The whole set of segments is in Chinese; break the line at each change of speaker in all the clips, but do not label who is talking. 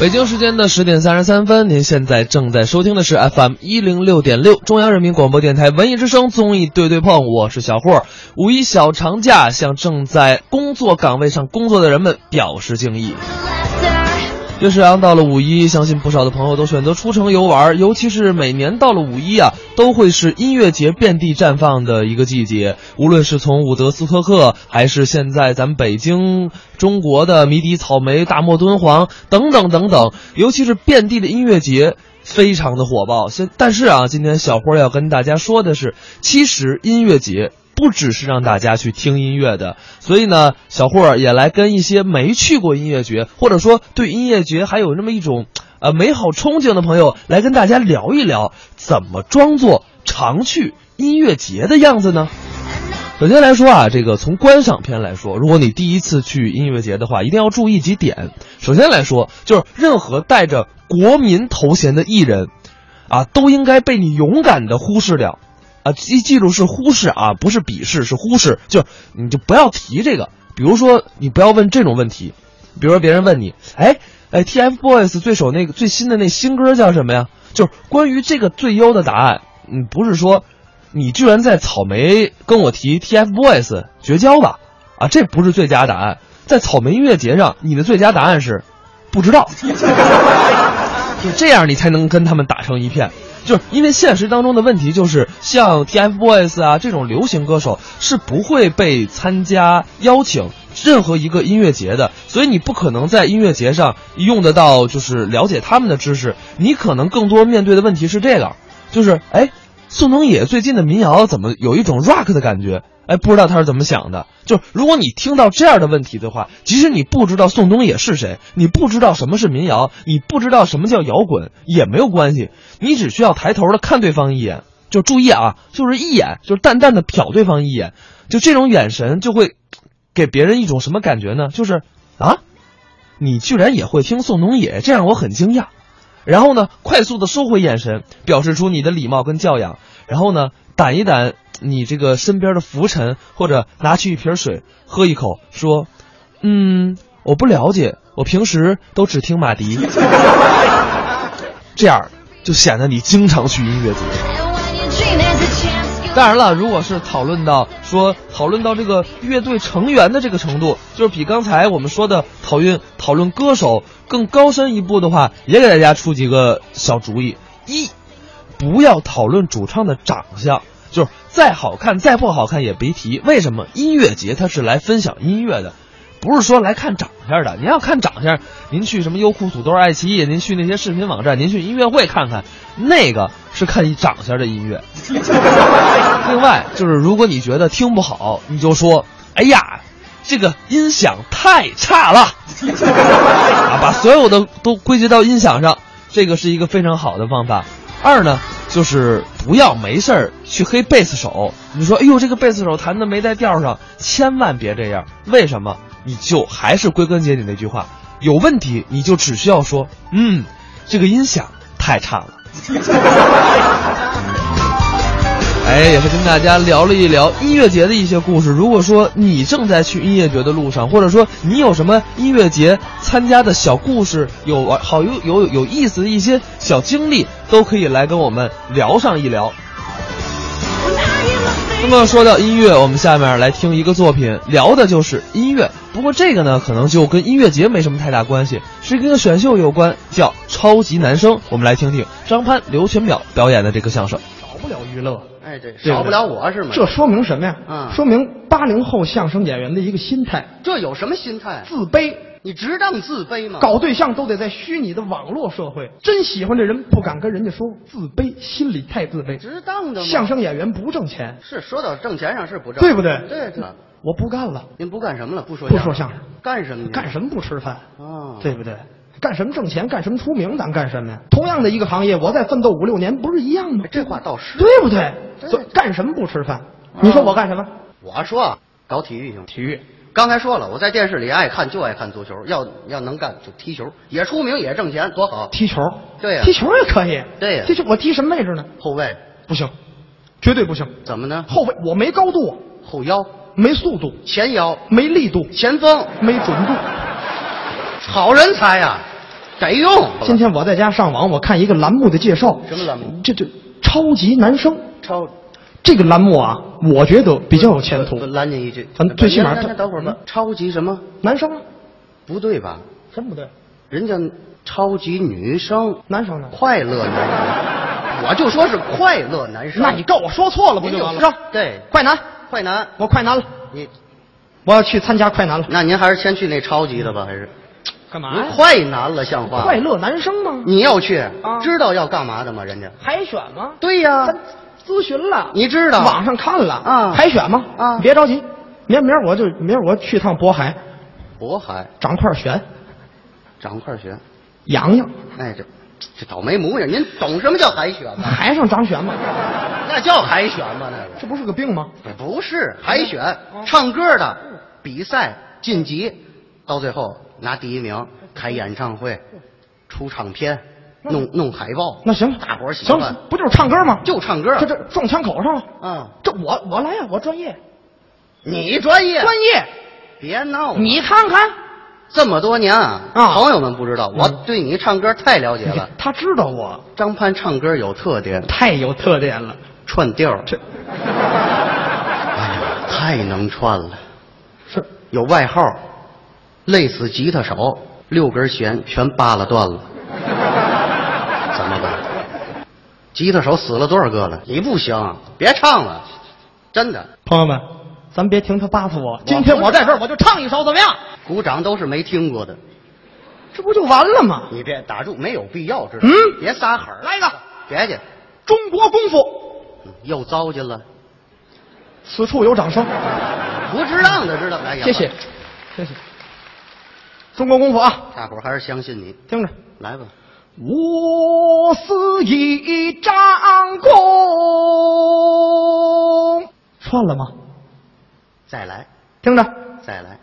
北京时间的十点三十三分，您现在正在收听的是 FM 一零六点六，中央人民广播电台文艺之声综艺对对碰，我是小霍。五一小长假向正在工作岗位上工作的人们表示敬意。这沈阳到了五一，相信不少的朋友都选择出城游玩，尤其是每年到了五一啊，都会是音乐节遍地绽放的一个季节。无论是从伍德斯托克，还是现在咱们北京中国的迷笛、草莓、大漠敦煌等等等等，尤其是遍地的音乐节。非常的火爆，现但是啊，今天小霍要跟大家说的是，其实音乐节不只是让大家去听音乐的，所以呢，小霍儿也来跟一些没去过音乐节，或者说对音乐节还有那么一种呃美好憧憬的朋友，来跟大家聊一聊，怎么装作常去音乐节的样子呢？首先来说啊，这个从观赏片来说，如果你第一次去音乐节的话，一定要注意几点。首先来说，就是任何带着国民头衔的艺人，啊，都应该被你勇敢的忽视掉。啊，记记住是忽视啊，不是鄙视，是忽视，就是你就不要提这个。比如说，你不要问这种问题，比如说别人问你，哎，哎，TFBOYS 最首那个最新的那新歌叫什么呀？就是关于这个最优的答案，嗯，不是说你居然在草莓跟我提 TFBOYS 绝交吧？啊，这不是最佳答案，在草莓音乐节上，你的最佳答案是不知道。就这样你才能跟他们打成一片。就是因为现实当中的问题就是，像 TFBOYS 啊这种流行歌手是不会被参加邀请任何一个音乐节的，所以你不可能在音乐节上用得到就是了解他们的知识。你可能更多面对的问题是这个，就是哎，宋冬野最近的民谣怎么有一种 rock 的感觉？哎，不知道他是怎么想的。就如果你听到这样的问题的话，即使你不知道宋冬野是谁，你不知道什么是民谣，你不知道什么叫摇滚，也没有关系，你只需要抬头的看对方一眼，就注意啊，就是一眼，就是淡淡的瞟对方一眼，就这种眼神就会给别人一种什么感觉呢？就是啊，你居然也会听宋冬野，这让我很惊讶。然后呢，快速的收回眼神，表示出你的礼貌跟教养。然后呢，掸一掸你这个身边的浮尘，或者拿去一瓶水喝一口，说：“嗯，我不了解，我平时都只听马迪。” 这样就显得你经常去音乐节。当然了，如果是讨论到说讨论到这个乐队成员的这个程度，就是比刚才我们说的讨论讨论歌手更高深一步的话，也给大家出几个小主意：一，不要讨论主唱的长相，就是再好看再不好看也别提。为什么？音乐节它是来分享音乐的，不是说来看长相的。您要看长相，您去什么优酷、土豆、爱奇艺，您去那些视频网站，您去音乐会看看，那个是看长相的音乐。另外就是，如果你觉得听不好，你就说：“哎呀，这个音响太差了。”啊，把所有的都归结到音响上，这个是一个非常好的方法。二呢，就是不要没事儿去黑贝斯手。你说：“哎呦，这个贝斯手弹的没在调上。”千万别这样。为什么？你就还是归根结底那句话，有问题你就只需要说：“嗯，这个音响太差了。”哎，也是跟大家聊了一聊音乐节的一些故事。如果说你正在去音乐节的路上，或者说你有什么音乐节参加的小故事，有玩好有有有意思的一些小经历，都可以来跟我们聊上一聊。那么说到音乐，我们下面来听一个作品，聊的就是音乐。不过这个呢，可能就跟音乐节没什么太大关系，是跟一个选秀有关，叫《超级男声》。我们来听听张潘、刘全淼表演的这个相声。
少不了娱乐，
哎，对，
对
少不了我是吗？
这说明什么呀？
嗯
说明八零后相声演员的一个心态，
这有什么心态？啊
自卑，
你值当自卑吗？
搞对象都得在虚拟的网络社会，真喜欢这人不敢跟人家说，自卑，心里太自卑。
值当的吗？
相声演员不挣钱，
是说到挣钱上是不挣，
对不对
对的。
我不干了，
您不干什么了？不说
不说相声，
干什么？
干什么不吃饭？
啊？
对不对？干什么挣钱？干什么出名？咱干什么呀？同样的一个行业，我再奋斗五六年，不是一样吗
哎，？这话倒是。
对不对？
对嗯
所以干什么不吃饭？你说我干什么？
我说啊搞体育行，
体育。
刚才说了，我在电视里爱看就爱看足球，要要能干就踢球，也出名也挣钱，多好。
踢球，
对呀
踢球也可以，
对呀
踢球我踢什么位置呢？
后卫
不行，绝对不行。
怎么呢？
后卫我没高度，啊
后腰、
没速度，
前腰、
没力度，
前锋，
没准度，
好人才呀、啊得用。
今天我在家上网，我看一个栏目的介绍，
什么栏目
这这超级男生
超
这个栏目啊，我觉得比较有前途
我。拦您一句，哎
咱最起码嗯
那那等会儿吧，超级什么？
男生啊，
不对吧？
什么不对？
人家超级女生，
男生呢？
快乐男 生，我就说是快乐男生。
那你告我说错了不就完了？啊
您就说对
快男，
快男，
我快男了，
你
我要去参加快男了。
那您还是先去那超级的吧，还是
干
您快男了，像话？
啊快，乐男生吗？
你要去
啊，
知道要干嘛的吗？人家
海选吗？
对呀
咱咨询了，
你知道
网上看了
啊
海选吗？
啊
你别着急，明儿明儿我就明儿我去趟渤海，
渤海
长块旋，
长块旋，
痒痒，
哎，这这倒霉模样，您懂什么叫海选 吗？
海上长旋吗？
那叫海选吗？那个
这不是个病吗？
也不是海选
哦，
唱歌的比赛晋级，到最后拿第一名，开演唱会，出唱片，弄弄海报，
哦那行，
大伙儿喜
行
欢，，
不就是唱歌吗？
就唱歌
这这撞枪口上了。
啊！
这我我来呀、我专业，
你专业，哦
专业，
别闹了，
你看看，
这么多年啊，
啊
朋友们不知道，我
嗯
对你唱歌太了解了。
他知道我
张潘唱歌有特点，
太有特点了。
串调儿，
这
哎呀，太能串了，
是
有外号儿，累死吉他手，六根弦全扒拉断了，怎么办？吉他手死了多少个了？你不行，别唱了，真的，
朋友们，咱别听他巴夫我，今天我在这儿我就唱一首，怎么样？
鼓掌都是没听过的，
这不就完了吗？
你别打住，没有必要，知道吗？
嗯
别撒狠儿，
来一个
别去，
中国功夫，
嗯又糟践了，
此处有掌声，
不值当的，知道吗？哎呀
谢谢，谢谢。中国功夫啊，
大伙儿还是相信你，
听着，
来吧。
我是一张弓，串了吗？
再来，
听着，
再来，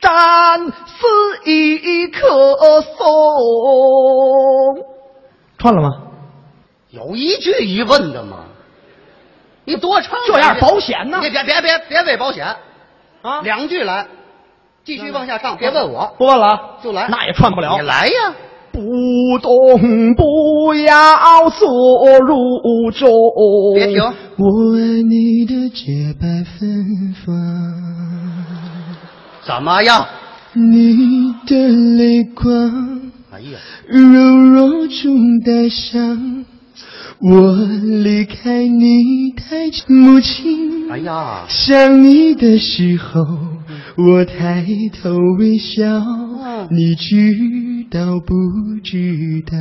战是一棵松，串了吗？
有一句疑问的吗？你多唱
这样保险呢
你别别别别为保险，
啊
两句来，继续往下唱，别问我，
不问了啊，
就来，
那也串不了
你。来呀，
不动不要坐入中。
别停
我爱你的洁白芬芳，
怎么样？
你的泪光，
哎呀，
柔弱中带伤。我离开你太久，母亲。
哎呀，
想你的时候，我抬头微笑，你知道不知道？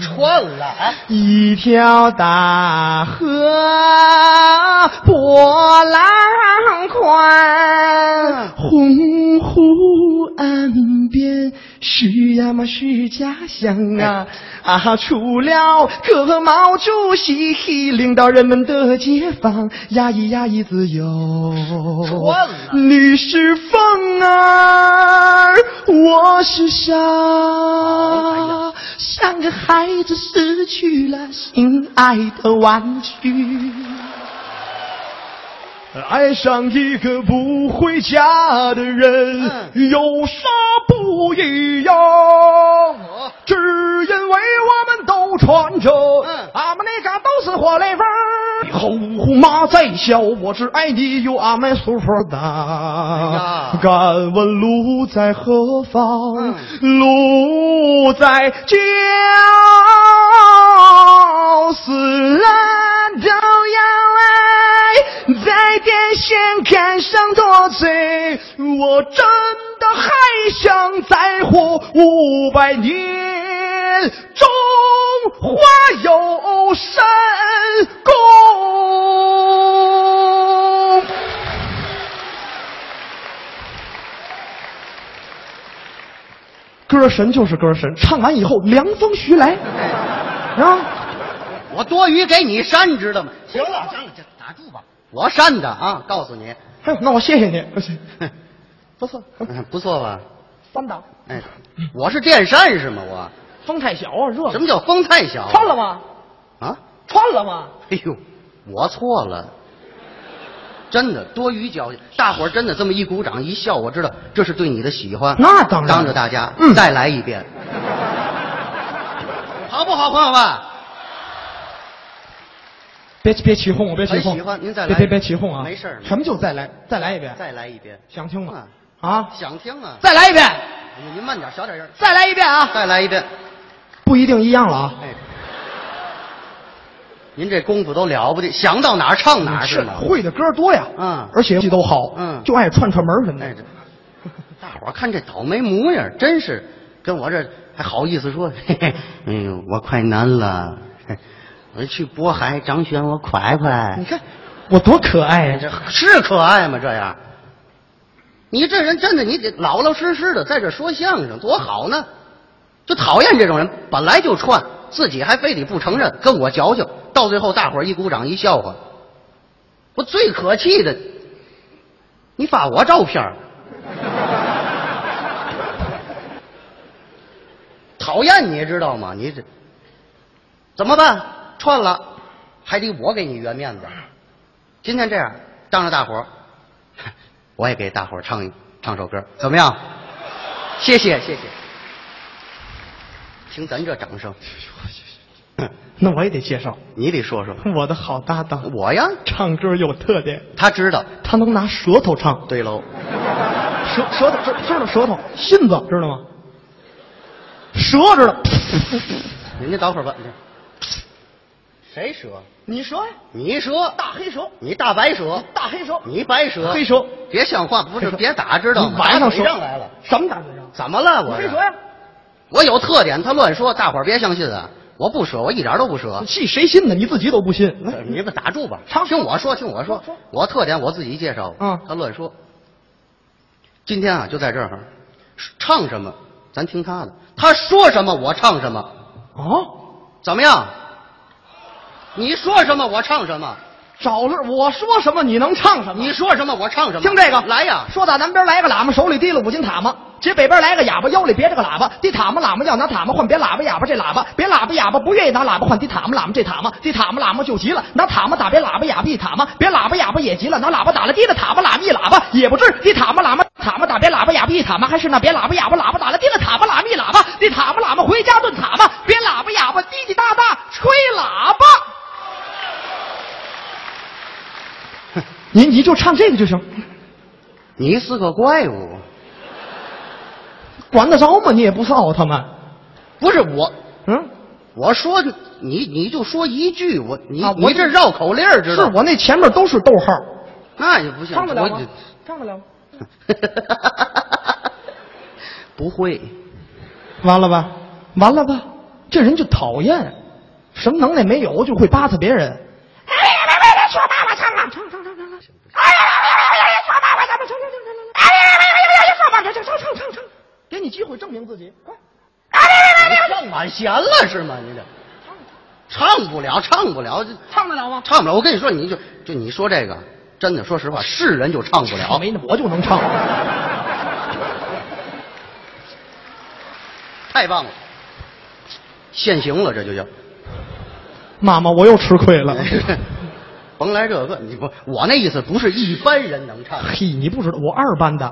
串了，哎
一条大河波浪宽，洪湖岸边是呀嘛是家乡啊啊！除了革毛主席领导人们的解放，呀咿呀咿自由。
串了
你是风儿，我是沙。
哎呀
像个孩子失去了心爱的玩具，爱上一个不回家的人，有啥不一样？只因为我们都穿着，
嗯
俺们那个都是活雷锋。后妈在笑，我只爱你有俺们 super
呀
大。敢问路在何方？
嗯
路在脚，死了都要爱，在电线杆上多嘴，我真的还想再活五百年。中华有神功。歌神就是歌神，唱完以后凉风徐来，啊，
我多余给你删，知道吗？行了，啊行了，这打住吧，我删的啊，告诉你，
哎呦，那我谢谢你，
哼
不错，
嗯不错吧？
三档，
哎，我是电扇是吗？我
风太小啊，热
什么叫风太小？
穿了吗？
啊？
穿了吗？
哎呦，我错了，真的多余矫情。大伙儿真的这么一鼓掌一笑，我知道这是对你的喜欢。
那当然
当着大家，
嗯
再来一遍。好不好，朋友们？
别别起哄，别起
很
哄，
哎喜欢您再来
别别别起哄啊！
没事儿
什么就再来，再来一遍，
再来一遍，
想听吗？
啊
啊，
想听啊！
再来一遍，
哎呀您慢点，小点声，
再来一遍啊！
再来一遍。
不一定一样了啊！
哎，您这功夫都了不得，想到哪儿唱
嗯
哪儿是吗？
会的歌多呀，
嗯
而且戏都好，
嗯
就爱串串门儿什么
哎，
的
这。大伙儿看这倒霉模样，真是跟我这还好意思说，嘿嘿，哎呦，我快难了，嘿我去渤海张悬，我快快
你，看我多可爱呀！
哎这是可爱吗？这样，你这人真的，你得老老实实的在这说相声，多好呢！就讨厌这种人，本来就串，自己还非得不承认，跟我矫情，到最后大伙儿一鼓掌一笑话。我最可气的，你发我照片儿讨厌你知道吗？你这怎么办？串了，还得我给你圆面子。今天这样，当着大伙儿， 我也给大伙儿唱一唱首歌，怎么 样？谢谢谢谢。听咱这掌声，
那我也得介绍
你得说说
我的好搭档，
我呀，
唱歌有特点，
他知道。
他能拿舌头唱，
对喽，
舌舌头知知道舌头，信子知道吗？舌知道，
人家等会儿吧。你谁蛇？
你说呀，
你蛇？
大黑蛇，
你大白蛇？
大黑蛇，
你白蛇？
黑蛇，
别像话，不是别打，知道吗？
你晚上
打嘴
说
仗来了，
什么打嘴仗？
怎么了？我
黑
这
蛇呀，
我有特点，他乱说，大伙儿别相信啊！我不蛇，我一点都不蛇
你。信谁信呢？你自己都不信。
啊呃你们打住吧，
唱
听我说，听我说
说说，
我特点我自己介绍。
嗯
他乱说。今天啊，就在这儿，唱什么咱听他的，他说什么我唱什么，
哦，
怎么样？你说什么我唱什么，
找了我说什么你能唱什么？
你说什么我唱什么。
听这个，
来呀！
说打南边来个喇嘛，手里提了五斤塔嘛；这北边来个哑巴，腰里别着个喇叭。提塔嘛喇嘛要拿塔嘛换，别喇叭哑巴这喇叭，别喇叭哑巴不愿意拿喇叭换，提塔嘛喇嘛这塔嘛，提塔嘛喇嘛就急了，拿塔嘛打别喇叭哑巴一塔嘛，别喇叭哑巴也急了，拿喇叭打了提的塔嘛喇嘛一喇叭也不治，提塔嘛喇嘛塔嘛打别喇叭哑巴一塔嘛，还是那别喇叭哑巴喇叭打了提的塔嘛喇嘛一喇叭，提塔嘛喇嘛回家炖塔嘛，别喇叭哑巴滴滴答答吹喇 叭。您你就唱这个就行，
你是个怪物，
管得着吗？你也不臊他们。
不是我，
嗯，
我说你你就说一句，我你
啊我
你这绕口令儿知
是
道吗？
我那前面都是逗号，
那也不行，
唱得了
我
吗
就？
唱得了吗？
不会，
完了吧，完了吧，这人就讨厌，什么能耐没有就会扒擦别人。哎呀，来来来，说爸爸唱啊，唱唱唱唱唱。哎呀，来来来来，说爸爸唱唱唱唱唱唱。哎呀，来来来来，说爸爸唱唱唱唱唱。给你机会证明自己，快！
唱满弦了是吗？你这唱不了，唱不了，这
唱得了吗？
唱不了。我跟你说，你就就你说这个，真的，说实话，是人就唱不了。
没呢，我就能唱。
太棒了，现行了，这就叫。
妈妈，我又吃亏了。
甭来这个，你不，我那意思不是一般人能唱，
嘿，你不知道，我二班的。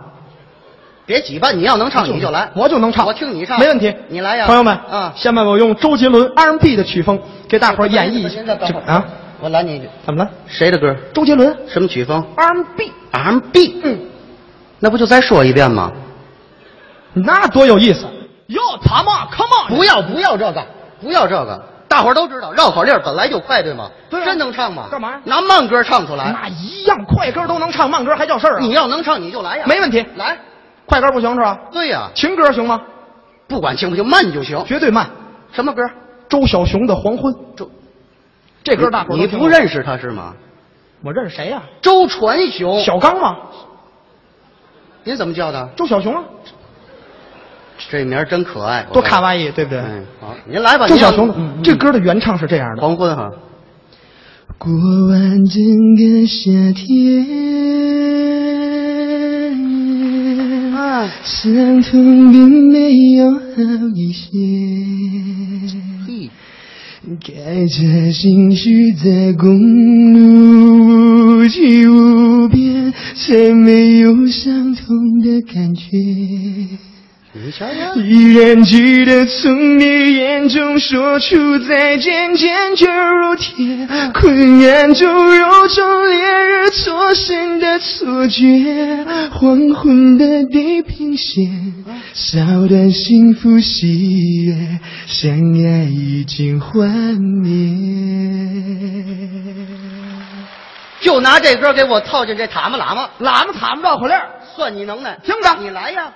别几般，你要能唱你就来，
我就能唱，
我听你唱，
没问题。
你来呀，
朋友们
啊，
下面我用周杰伦 R&B 的曲风给大伙儿演绎一下
现在等会儿
啊，，
我拦你一句，
怎么了？
谁的歌？
周杰伦
什么曲风
R&B，
？R&B，
嗯，
那不就再说一遍吗？
那多有意思！哟，他妈，Come on！
不要不要这个，不要这个，大伙儿都知道绕口令本来就快，对吗？
对啊
真能唱吗？
干嘛呀啊
拿慢歌唱出来，
那一样，快歌都能唱，慢歌还叫事儿啊？
你要能唱你就来呀，
没问题
来，
快歌不行是吧？
对呀，
情歌行吗？
不管行不行，慢就行。
绝对慢。
什么歌？
周小熊的《黄昏》，
周
这歌大伙儿
你
都
你
听
不
过？
认识他是吗？
我认识谁呀？
周传雄，
小刚吗？
您怎么叫的？
周小熊啊，
这名儿真可爱，
多卡哇伊，对不对？
嗯，好，您来吧。
周
您要
小熊的这歌的原唱是这样的。
黄昏哈，
过完整个夏天，
啊
伤痛并没有好一些。
嘿，
开车行驶在公路起无边，才没有伤痛的感觉。
你瞧瞧，
依然记得从你眼中说出再见，坚决如铁，困难中揉成烈日灼心的错觉，黄昏的地平线，烧淡幸福喜悦，相爱已经幻灭。
就拿这歌给我套进这塔嘛喇嘛，
喇嘛塔嘛绕口令儿，
算你能耐。
听着
你来呀，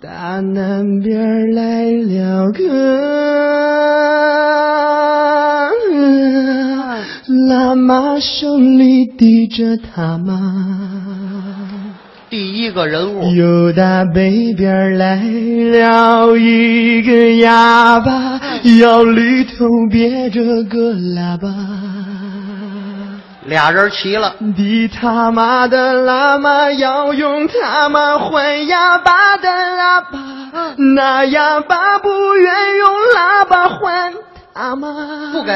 大南边来了个喇嘛，手里提着塔嘛。
第一个人物，
又大北边来了一个哑巴，腰里头别着个喇叭。
俩人齐了，
你他妈的喇嘛要用他妈换哑巴的喇叭，那哑巴不愿用喇叭换他妈，
不给，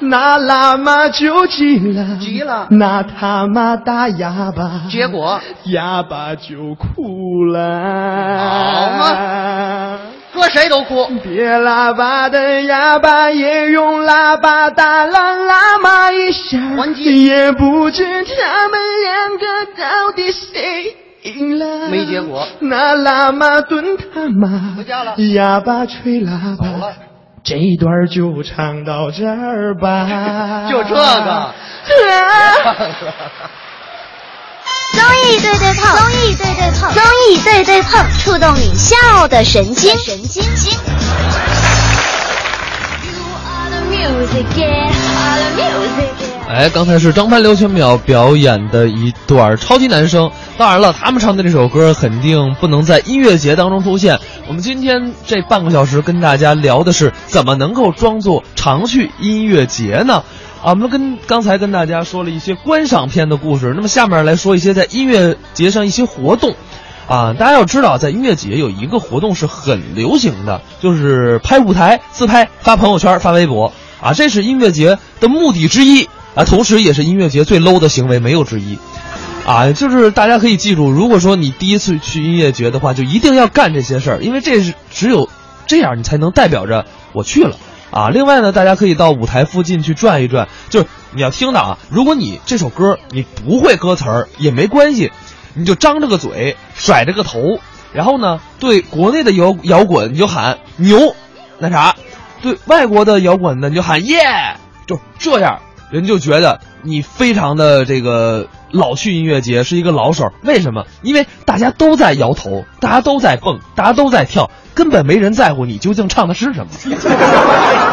那喇嘛就急了，
急了
那他妈打哑巴，
结果
哑巴就哭了，
好嘛搁谁都哭。
别喇叭的哑巴也用喇叭打了喇嘛一下儿，
还击
也不知他们两个到底谁赢了。
没结果
那喇嘛蹲他妈，
回家了
哑巴吹喇
走了，
叭。这一段儿就唱到这儿吧 啊
就这个。
综艺对对碰，综艺对对碰，综艺对对碰，触动你笑的神经，神经经。
哎，刚才是张潘刘全淼表演的一段超级男声。当然了，他们唱的这首歌肯定不能在音乐节当中出现。我们今天这半个小时跟大家聊的是怎么能够装作常去音乐节呢？啊，我们跟刚才跟大家说了一些观赏片的故事，那么下面来说一些在音乐节上一些活动。啊，大家要知道，在音乐节有一个活动是很流行的，就是拍舞台、自拍、发朋友圈、发微博啊，这是音乐节的目的之一啊，同时也是音乐节最 low 的行为没有之一。啊，就是大家可以记住，如果说你第一次去音乐节的话，就一定要干这些事儿，因为这是只有这样你才能代表着我去了啊。另外呢，大家可以到舞台附近去转一转，就是你要听到啊，如果你这首歌你不会歌词儿也没关系，你就张着个嘴，甩着个头，然后呢，对国内的摇摇滚你就喊牛，那啥，对外国的摇滚呢你就喊耶，就这样，人就觉得你非常的这个老去音乐节，是一个老手。为什么？因为大家都在摇头，大家都在蹦，大家都在跳，根本没人在乎你究竟唱的是什么。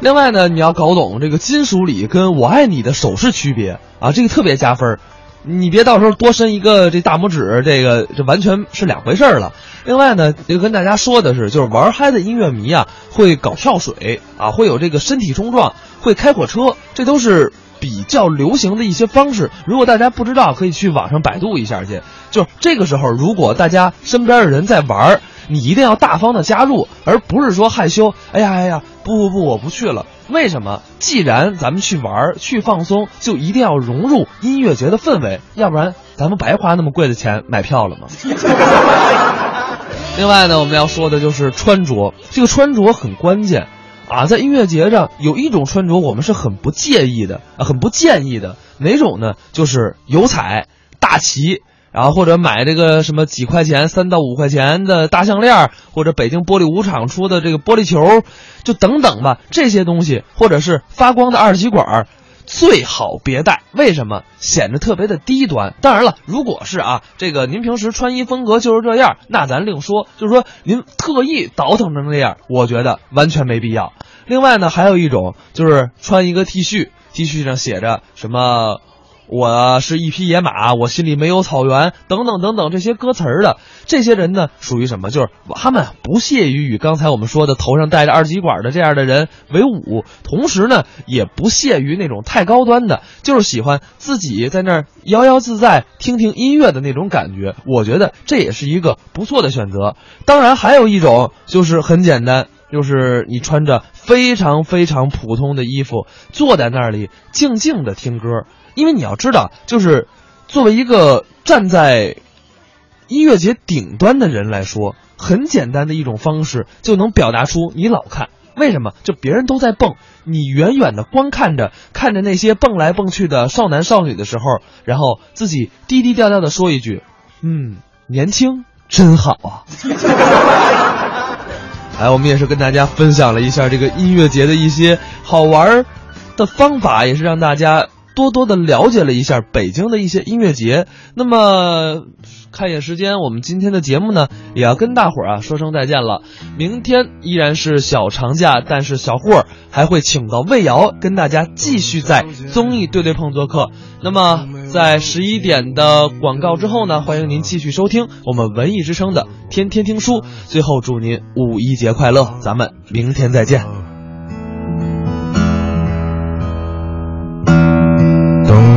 另外呢，你要搞懂这个金属礼跟我爱你的手势区别啊，这个特别加分儿。你别到时候多伸一个这大拇指，这个这完全是两回事儿了。另外呢，要跟大家说的是，就是玩嗨的音乐迷啊，会搞跳水啊，会有这个身体冲撞，会开火车，这都是比较流行的一些方式。如果大家不知道，可以去网上百度一下去。就这个时候，如果大家身边的人在玩儿，你一定要大方的加入，而不是说害羞。哎呀哎呀，不不不，我不去了。为什么？既然咱们去玩儿去放松，就一定要融入音乐节的氛围，要不然咱们白花那么贵的钱买票了吗？另外呢，我们要说的就是穿着，这个穿着很关键啊，在音乐节上有一种穿着我们是很不介意的，啊、很不建议的，哪种呢？就是油彩、大旗。然后或者买这个什么几块钱、三到五块钱的大项链儿，或者北京玻璃舞厂出的这个玻璃球，就等等吧，这些东西或者是发光的二极管儿，最好别带。为什么？显得特别的低端。当然了，如果是啊，这个您平时穿衣风格就是这样，那咱另说。就是说您特意倒腾成这样，我觉得完全没必要。另外呢，还有一种就是穿一个 T 恤，T 恤上写着什么我是一匹野马，我心里没有草原，等等等等这些歌词儿的，这些人呢，属于什么？就是他们不屑于与刚才我们说的头上戴着二极管的这样的人为伍，同时呢，也不屑于那种太高端的，就是喜欢自己在那儿摇摇自在，听听音乐的那种感觉。我觉得这也是一个不错的选择。当然，还有一种就是很简单，就是呃你穿着非常非常普通的衣服，坐在那里静静的听歌，因为你要知道，就是作为一个站在音乐节顶端的人来说，很简单的一种方式就能表达出你老看。为什么？就别人都在蹦，你远远的光看着看着那些蹦来蹦去的少男少女的时候，然后自己低低调调的说一句：“嗯，年轻真好啊。”哎，我们也是跟大家分享了一下这个音乐节的一些好玩儿的方法，也是让大家多多的了解了一下北京的一些音乐节。那么，看一眼时间，我们今天的节目呢，也要跟大伙儿啊说声再见了。明天依然是小长假，但是小霍儿还会请到魏瑶跟大家继续在综艺对对碰做客。那么，在十一点的广告之后呢，欢迎您继续收听我们文艺之声的《天天听书》。最后，祝您五一节快乐，咱们明天再见。
董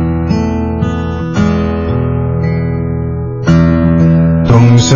董小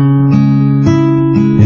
你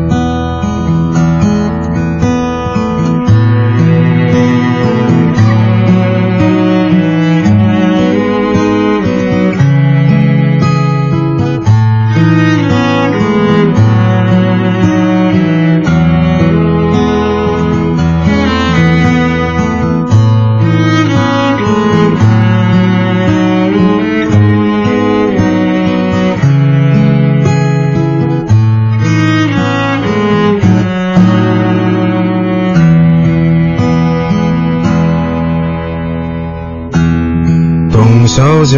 董小姐，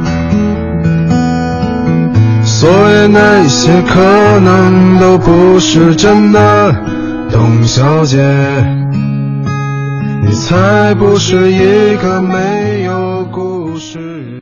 所以那些可能都不是真的，董小姐，你才不是一个没有故事。